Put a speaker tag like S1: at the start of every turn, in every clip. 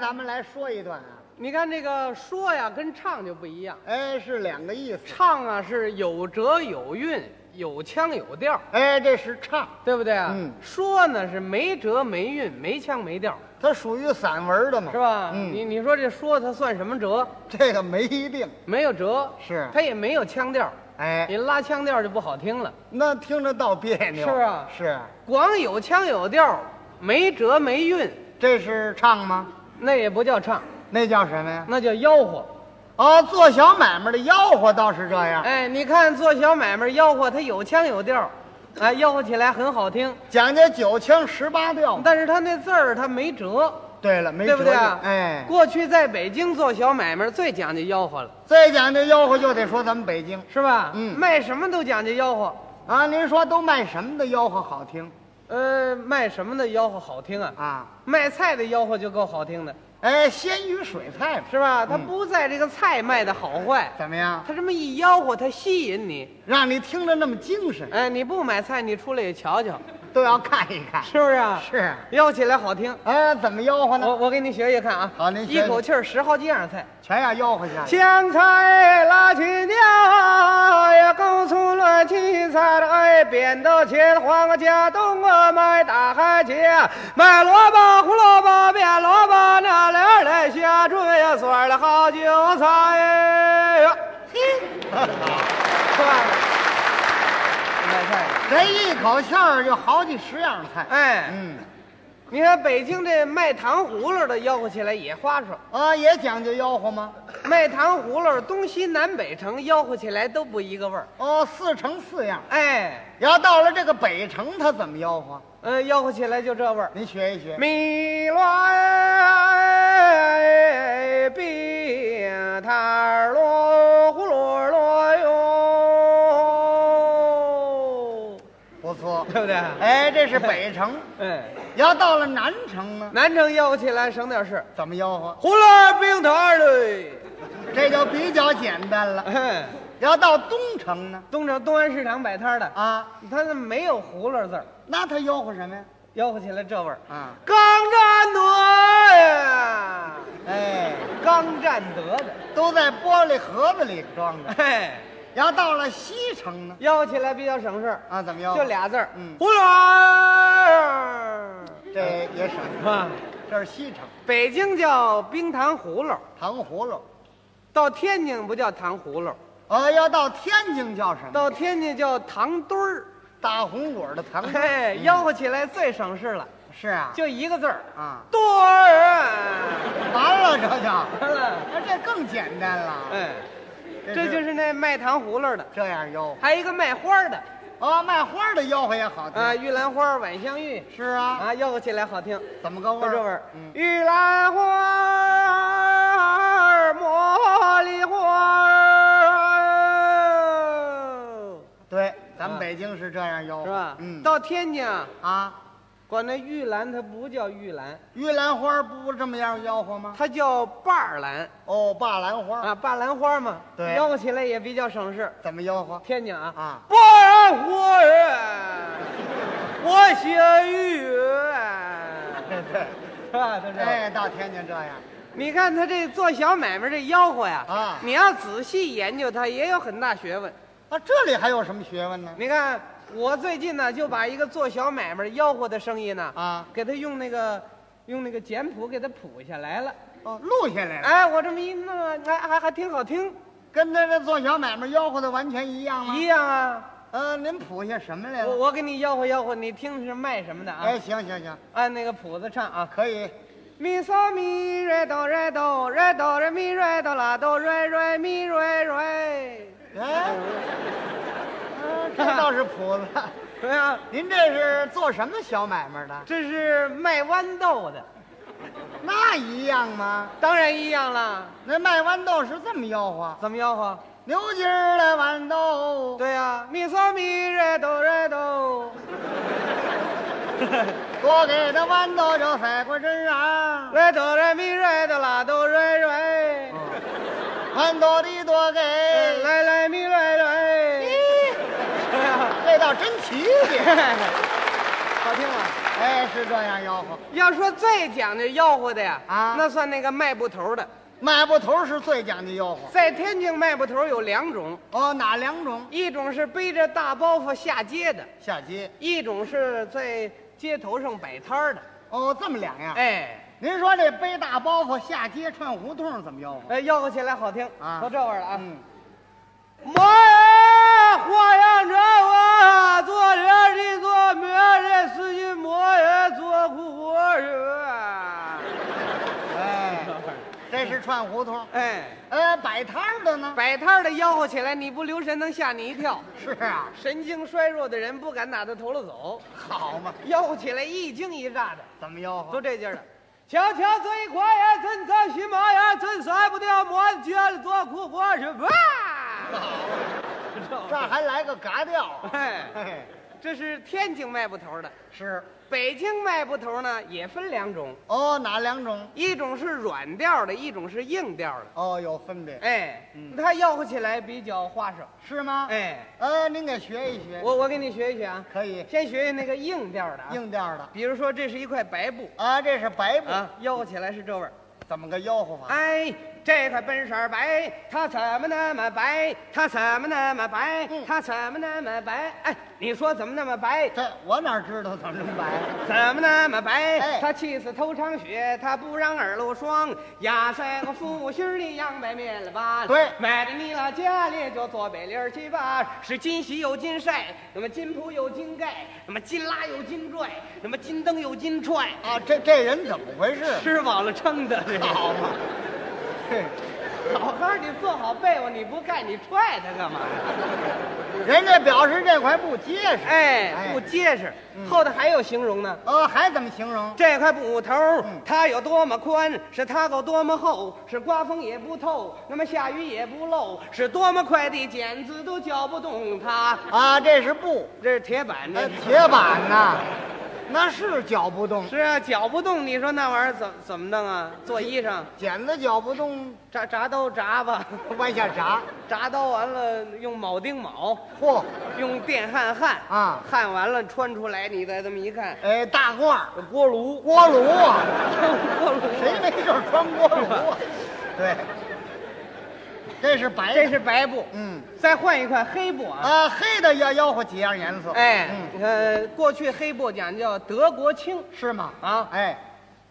S1: 咱们来说一段啊。
S2: 你看这个说呀，跟唱就不一样。
S1: 哎，是两个意思。
S2: 唱啊是有辙有韵，有腔有调，
S1: 哎，这是唱，
S2: 对不对啊？
S1: 嗯
S2: 说呢是没辙没韵，没腔没调，
S1: 它属于散文的嘛，
S2: 是吧？你
S1: 嗯，
S2: 你说这说它算什么辙？
S1: 这个没一定。
S2: 没有辙，
S1: 是
S2: 它也没有腔调，你
S1: 哎，
S2: 拉腔调就不好听了。
S1: 那听着倒别扭。
S2: 是啊
S1: 是啊，
S2: 光有腔有调，没辙没韵，
S1: 这是唱吗？
S2: 那也不叫唱，
S1: 那叫什么呀？
S2: 那叫吆喝。
S1: 哦，做小买卖的吆喝倒是这样，
S2: 哎，你看做小买卖吆喝，它有腔有调，哎，吆喝起来很好听，
S1: 讲究九腔十八调。
S2: 但是它那字儿它没辙，
S1: 对了，没
S2: 对不对
S1: 辙
S2: 啊
S1: 了？哎，
S2: 过去在北京做小买卖最讲究吆喝了，
S1: 再讲这吆喝就得说咱们北京
S2: 是吧？
S1: 嗯
S2: 卖什么都讲究吆喝，
S1: 啊。您说都卖什么的吆喝好听
S2: 呃，卖什么的吆喝好听啊？
S1: 啊？
S2: 卖菜的吆喝就够好听的，
S1: 哎，鲜鱼水菜吧
S2: 是吧？它
S1: 嗯
S2: 不在这个菜卖的好坏，
S1: 怎么样？
S2: 它这么一吆喝，它吸引你。
S1: 让你听着那么精神，
S2: 哎，你不买菜，你出来也瞧瞧，
S1: 都要看一看。
S2: 是不是啊？
S1: 是，
S2: 吆起来好听。
S1: 哎，怎么吆喝
S2: 我
S1: 呢？
S2: 我给你学学看啊，
S1: 好您学
S2: 一口气儿十好几样菜，
S1: 全要吆喝下去。
S2: 香菜、辣青椒呀，高葱、乱青菜的哎，扁豆、茄子、黄瓜、加冬瓜、卖大海茄、卖萝卜、胡萝卜、变萝卜，那帘儿来下春呀，蒜儿的好韭菜呀，是吧？卖菜的，
S1: 这一口气儿就好几十样菜。
S2: 哎，
S1: 嗯，
S2: 你看北京这卖糖葫芦的吆喝起来也花哨，
S1: 啊，也讲究吆喝吗？
S2: 卖糖葫芦东西南北城吆喝起来都不一个味儿。
S1: 哦，四成四样。
S2: 哎，
S1: 要到了这个北城，他怎么吆喝？
S2: 呃，吆喝起来就这味儿。
S1: 您学一学。
S2: 米哎来冰塔罗呼噜罗哟，
S1: 不错。
S2: 对不对？
S1: 哎，这是北 城。
S2: 哎，
S1: 要到了南城呢，
S2: 南城吆喝起来省点事，
S1: 怎么吆喝？
S2: 呼噜冰塔嘞。
S1: 这就比较简单了。
S2: 哎，
S1: 要到东城呢，
S2: 东城东安市场摆摊的哎
S1: 啊，
S2: 他那没有葫芦字儿，
S1: 那他吆喝什么呀？
S2: 吆喝起来这味儿。
S1: 啊，
S2: 刚占德呀，
S1: 哎，
S2: 刚占德的，
S1: 都在玻璃盒子里装着。
S2: 哎，
S1: 要到了西城呢，
S2: 吆喝起来比较省事儿，
S1: 啊，怎么吆喝？
S2: 就俩字儿，
S1: 嗯
S2: 葫芦儿，
S1: 这也省。
S2: 是吧？
S1: 这是西城
S2: 北京叫冰糖葫芦，
S1: 糖葫芦，
S2: 到天津不叫糖葫芦，
S1: 呃，要到天津叫什么？
S2: 到天津叫糖墩儿。
S1: 大红果的糖葫芦。
S2: 哎，吆喝起来最省事了，
S1: 是啊，
S2: 就一个字儿，
S1: 啊，
S2: 墩儿。
S1: 完了这就，
S2: 完了，
S1: 那这更简单了。
S2: 哎，这就是那卖糖葫芦的，
S1: 这样吆喝。
S2: 还有一个卖花儿的。
S1: 哦，卖花的吆喝也好听。
S2: 啊，玉兰花、晚香玉
S1: 是啊，
S2: 啊，吆喝起来好听，
S1: 怎么个
S2: 都
S1: 味儿？
S2: 这味儿
S1: 嗯。
S2: 玉兰花、茉莉花，
S1: 对，咱
S2: 啊
S1: 们北京是这样吆喝，
S2: 是吧？
S1: 嗯，
S2: 到天津啊，
S1: 啊，
S2: 管那玉兰它不叫玉兰，
S1: 玉兰花不这么样吆喝吗？
S2: 它叫瓣儿兰
S1: 哦，霸兰花
S2: 啊，瓣兰花嘛，
S1: 对
S2: 吆喝起来也比较省事。
S1: 怎么吆喝？
S2: 天津啊，
S1: 啊，
S2: 花儿花儿，我写玉儿，
S1: 对对，
S2: 是吧？都这样。
S1: 哎，到天津这样，
S2: 你看他这做小买卖这吆喝呀，
S1: 啊
S2: 你要仔细研究它，也有很大学问。
S1: 啊，这里还有什么学问呢？
S2: 你看我最近呢，就把一个做小买卖吆喝的生意呢，
S1: 啊，
S2: 给他用那个用那个简谱给他谱下来了。
S1: 哦，录下来了，
S2: 哎，我这么一弄啊，哎，还还挺好听，
S1: 跟咱这做小买卖吆喝的完全一样吗？
S2: 一样啊。
S1: 呃，您谱下什么来
S2: 我
S1: 了？
S2: 我给你吆喝吆喝，你听是卖什么的啊？
S1: 哎，行行行，
S2: 按那个谱子唱啊。
S1: 可以，
S2: 咪嗦咪瑞哆瑞哆瑞哆瑞咪瑞哆啦哆瑞瑞咪瑞瑞，
S1: 哎，嗯，这倒是谱子。
S2: 怎么样？
S1: 您这是做什么小买卖的？
S2: 啊这是卖豌豆的，
S1: 那一样吗？
S2: 当然一样啦。
S1: 那卖豌豆是这么吆喝。
S2: 怎么吆喝？
S1: 牛筋儿的豌豆，
S2: 对啊呀、咪嗦咪瑞哆瑞哆，
S1: 我给的豌豆就塞过身上，
S2: 瑞哆瑞咪瑞哆啦哆瑞瑞，
S1: 豌豆的多给。
S2: 哎
S1: 哎
S2: 来来咪瑞瑞，
S1: 咦这倒真齐
S2: 嘿嘿
S1: 的。
S2: 嘿好听吗？
S1: 哎，是这样吆喝。
S2: 要说最讲究吆喝的呀，
S1: 啊
S2: 那算那个卖布头的。
S1: 卖布头是最讲究吆喝。
S2: 在天津卖布头有两种，
S1: 哦，哪两种？
S2: 一种是背着大包袱下街的，
S1: 下街。
S2: 一种是在街头上摆摊儿的。
S1: 哦，这么两样。
S2: 哎，
S1: 您说这背大包袱下街串胡同怎么吆喝？
S2: 呃，吆喝起来好听
S1: 啊
S2: 都这味儿了啊。
S1: 嗯，
S2: 妈呀，花样这我做人的做名人，是一模人做苦活啊人。
S1: 哎，这是串胡同。
S2: 哎，
S1: 呃，摆摊儿的呢？
S2: 摆摊儿的吆喝起来，你不留神能吓你一跳。
S1: 是啊，
S2: 神经衰弱的人不敢打他头了走，
S1: 好嘛，
S2: 吆喝起来一惊一乍的，
S1: 怎么吆喝
S2: 都？这劲儿了。瞧瞧这一块呀，真着急忙呀，真甩不掉磨尖了做苦活是 吧？
S1: 这还来个嘎调啊，
S2: 哎，
S1: 嘿，
S2: 这是天津卖布头的，
S1: 是
S2: 北京卖布头呢也分两种，
S1: 哦，哪两种？
S2: 一种是软调的，一种是硬调的。
S1: 哦，有分别，
S2: 哎，
S1: 嗯
S2: 他吆喝起来比较花哨。
S1: 是吗？，
S2: 哎，
S1: 呃，您给学一学，
S2: 我我给你学一学啊，
S1: 可以
S2: 先学学那个硬调的啊。
S1: 硬调的
S2: 比如说这是一块白布
S1: 啊，这是白布，
S2: 啊，吆喝起来是这味儿。
S1: 怎么个吆喝法？
S2: 哎，这块本色白，它怎么那么白？它怎么那么白？
S1: 嗯
S2: 它怎么那么白？哎，你说怎么那么白？
S1: 这我哪知道怎么这么白？啊
S2: 怎么那么白？
S1: 哎
S2: 他气死头场雪，他不让耳露霜，压在我腹心儿里杨白面了吧？
S1: 对
S2: 买的你了家里就做北零儿七八，是金洗有金晒，那么金铺有金盖，那么金拉有金拽，那么金灯有金踹，
S1: 啊，这这人怎么回事？
S2: 吃饱了撑的，这
S1: 好嘛，嘿，
S2: 老汉儿，你做好被窝，你不盖，你踹他干嘛呀？
S1: 人家表示这块不结实，
S2: 哎，嗯
S1: 哎
S2: 不结实，后头还有形容呢。
S1: 呃，还怎么形容？
S2: 这块布头儿
S1: 嗯
S2: 它有多么宽，是它够多么厚，是刮风也不透，那么下雨也不漏，是多么快的剪子都搅不动它。
S1: 啊，这是布，
S2: 这是铁板，这
S1: 呃，
S2: 是
S1: 铁板呐，那是搅不动，
S2: 是啊，搅不动。你说那玩意儿怎怎么弄啊？做衣裳，
S1: 剪子搅不动，
S2: 扎铡刀铡吧，
S1: 往下炸，
S2: 铡刀完了用铆钉铆，
S1: 嚯、
S2: 用电焊焊
S1: 啊
S2: 焊完了穿出来，你再这么一看，
S1: 哎，大褂儿。
S2: 锅炉，
S1: 锅炉啊，
S2: 锅炉，
S1: 谁没事儿穿锅炉 啊？对，这是白
S2: 这
S1: 的，
S2: 是白布，
S1: 嗯
S2: 再换一块黑布啊。
S1: 啊，黑的要吆喝几样颜色？
S2: 哎，
S1: 嗯，
S2: 你看过去黑布讲叫德国青，
S1: 是吗？
S2: 啊
S1: 哎，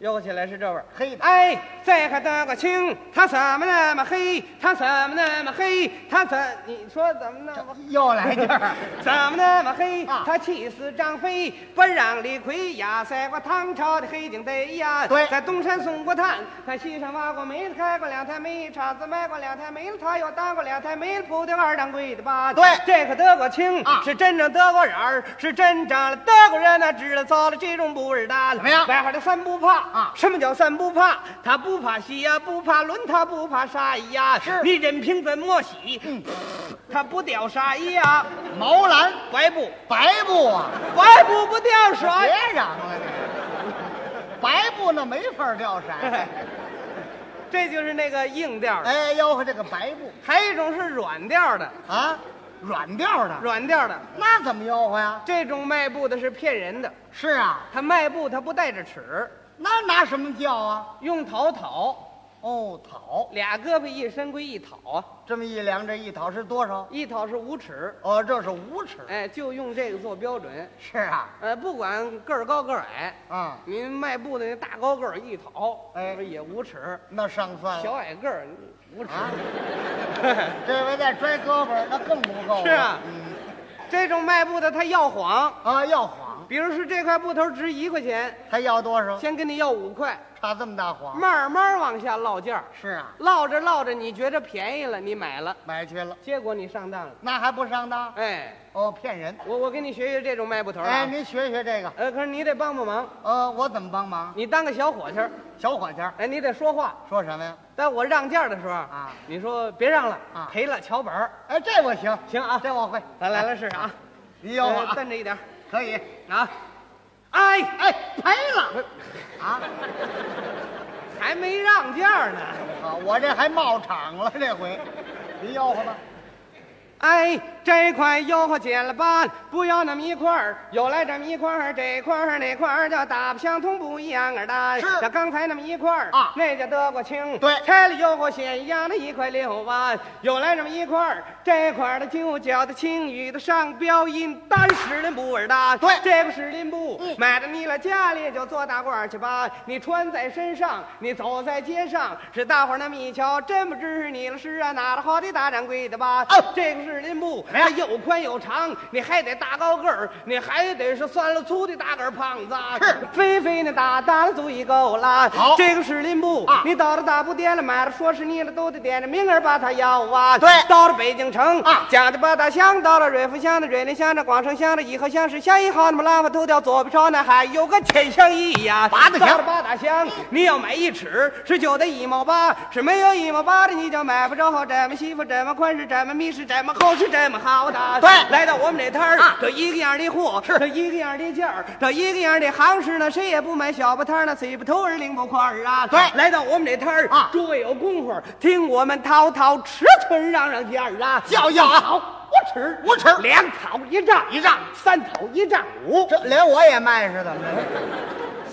S2: 吆喝起来是这味儿。
S1: 黑的，
S2: 哎，这个德国青，它怎么那么黑？它怎么那么黑？它怎你说怎么那么？
S1: 又来劲儿，
S2: 怎么那么黑？
S1: 啊
S2: 他气死张飞，不让李逵压塞过唐朝的黑警队呀。
S1: 对
S2: 在东山送过炭，在西山挖过煤，开过两台煤，厂子卖过两台煤，他又当过两台煤铺的二掌柜的吧？
S1: 对
S2: 这个德国青
S1: 啊
S2: 是真正德国人儿，是真正的德国人呐，知道造了这种不味儿大了。
S1: 怎么样
S2: 外号的三不怕
S1: 啊
S2: 什么叫三不怕？他不怕洗呀，不怕轮，他不怕沙呀。
S1: 是嗯
S2: 你任凭怎么洗，他不掉沙呀。
S1: 毛蓝
S2: 白布，
S1: 白布啊，
S2: 白布不掉色。
S1: 别嚷了你，白布那没法 掉色。
S2: 这就是那个硬调的，
S1: 哎，吆喝这个白布
S2: 还有一种是软调的，
S1: 啊，软调的，
S2: 软调的
S1: 那怎么吆喝呀？
S2: 这种卖布的是骗人的，
S1: 是啊，
S2: 他卖布他不带着尺，
S1: 那拿什么叫啊？
S2: 用讨讨，
S1: 哦，讨，
S2: 俩胳膊一伸归一讨啊，
S1: 这么一量，这一讨是多少？
S2: 一讨是五尺，
S1: 哦，这是五尺。
S2: 哎，就用这个做标准，
S1: 是啊，
S2: 呃，不管个儿高个儿矮，
S1: 啊、
S2: 您卖布的那大高个儿一讨，
S1: 哎啊
S2: 不是也五尺，
S1: 那上算
S2: 小
S1: 了。
S2: 矮个儿五尺，
S1: 啊这回再拽胳膊，那更不够了。
S2: 是啊
S1: 嗯，
S2: 这种卖布的他要谎，
S1: 啊，要谎，
S2: 比如说这块布头值一块钱，
S1: 还要多少？
S2: 先跟你要五块，
S1: 差这么大谎？
S2: 慢慢往下落价儿，
S1: 是啊，
S2: 落着落着，你觉着便宜了，你买了，
S1: 买去了，
S2: 结果你上当了。
S1: 那还不上当？
S2: 哎，
S1: 哦，骗人。
S2: 我我给你学学这种卖布头儿啊。
S1: 哎，您学学这个。
S2: 呃，可是你得帮帮忙，
S1: 呃，我怎么帮忙？
S2: 你当个小伙计儿，
S1: 小伙计儿
S2: 哎，你得说话。
S1: 说什么呀？
S2: 在我让价的时候
S1: 啊
S2: 你说别让了
S1: 啊
S2: 赔了瞧本儿。
S1: 哎，这我行，
S2: 行啊，
S1: 这我会。
S2: 咱来了试试啊，
S1: 你要我
S2: 呃
S1: 啊
S2: 瞪着一点儿
S1: 可以。
S2: 啊。哎，
S1: 哎，赔了啊！
S2: 还没让价呢。
S1: 好，我这还冒场了，这回您吆喝吧。
S2: 哎，这块又和减了半，不要那么一块儿，有来这么一块儿，这块儿那块儿叫大不相同，不一样儿的。
S1: 是
S2: 那刚才那么一块儿
S1: 啊
S2: 那叫德国青。
S1: 对
S2: 拆了又和咸阳的一块六万，有来这么一块儿，这块儿的就叫的青雨的上标音，单使的不尔的。
S1: 对
S2: 这个是林布
S1: 嗯，
S2: 买着你了家里就做大褂儿去吧。你穿在身上，你走在街上，是大伙儿那么一瞧，真不知是你了是啊，哪的好的大掌柜的吧？
S1: 哦
S2: 这个是林布，
S1: 怎么样
S2: 它又宽又长，你还得大高个儿，你还得是酸了粗的大个儿胖子啊。
S1: 是
S2: 肥肥那大大的足以够了。
S1: 好
S2: 这个是林布
S1: 啊，
S2: 你到了大布店了，买了说是你了，都得点着名儿把它要啊。
S1: 对
S2: 到了北京城
S1: 啊
S2: 讲的八大乡，到了瑞福乡的瑞林乡的广城乡的颐和乡是乡一号，那么拉巴头掉左边朝南海有个浅香一呀。
S1: 八大乡
S2: 到了八大乡，你要买一尺是九的一毛八，是没有一毛八的你就买不着。这么媳妇，这么宽是这么密是这么厚是这么好的。
S1: 对
S2: 来到我们这摊儿
S1: 啊，
S2: 这一个样的货，
S1: 是
S2: 这一个样的价儿，这一个样的行市呢，谁也不买小布摊儿呢，嘴不头儿领不宽儿啊。
S1: 对
S2: 来到我们这摊儿
S1: 啊
S2: 诸位有功夫，听我们滔滔尺寸嚷嚷价儿啊。
S1: 叫叫
S2: 好，
S1: 啊！
S2: 五尺，
S1: 五尺
S2: 两讨一丈，
S1: 一丈
S2: 三讨一丈五，
S1: 这连我也卖是怎么着？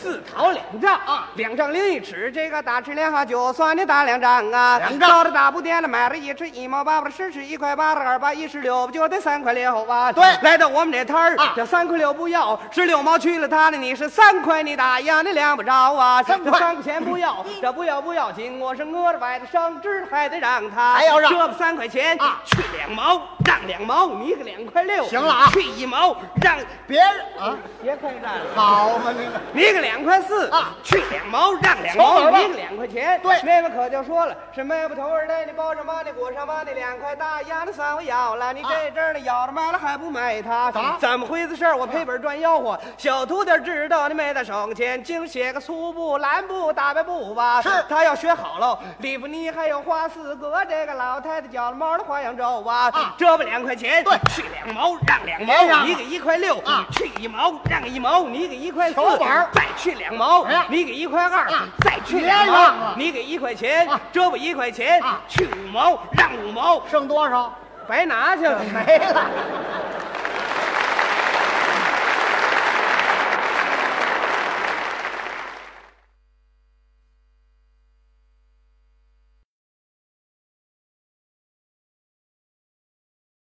S2: 四讨两丈啊，两丈零一尺，这个打尺两好九算的打两丈啊，
S1: 两丈
S2: 到了大布店了，买了一尺一毛八，把十尺一块八的二八一十六，不就得三块六啊？
S1: 对
S2: 来到我们这摊儿
S1: 啊
S2: 这三块六不要，十六毛去了他的，你是三块你打呀，你两不着啊，
S1: 三块
S2: 这三块钱不要，这不要不要紧，我是饿着崴的伤，知还得让他，
S1: 还要让
S2: 这不三块钱
S1: 啊
S2: 去两毛，让两毛，你个两块六，
S1: 行了啊
S2: 去一毛，让
S1: 别人啊，
S2: 别快站了。
S1: 好嘛你们，
S2: 你个两块四
S1: 啊
S2: 去两毛让两
S1: 瞧
S2: 毛，
S1: 好了
S2: 你个两块钱。
S1: 对
S2: 那边可就说了，是卖不头儿的，你包上妈的，裹上妈的，两块大洋的三我要了，你这阵儿呢咬着妈了还不卖它
S1: 咋，
S2: 怎么回事儿？我赔本赚吆喝，小徒弟知道你没在手前，净写个粗布、蓝布、大白布吧。
S1: 是
S2: 他要学好喽，里边呢还有花四格，这个老太太绞了毛的花样皱啊
S1: 啊，
S2: 这不两块钱，
S1: 对
S2: 去两毛让两
S1: 别让了
S2: 毛，你给一块六
S1: 啊
S2: 去一毛让一毛，你给一块四
S1: 手板儿
S2: 再去两毛
S1: 哎呀，
S2: 你给一块二
S1: 啊，
S2: 再去
S1: 别
S2: 两
S1: 让
S2: 毛
S1: 了，
S2: 你给一块钱
S1: 啊，
S2: 这不一块钱
S1: 啊，
S2: 去五毛，让五毛，
S1: 剩多少？嗯
S2: 白拿去了。
S1: 没了。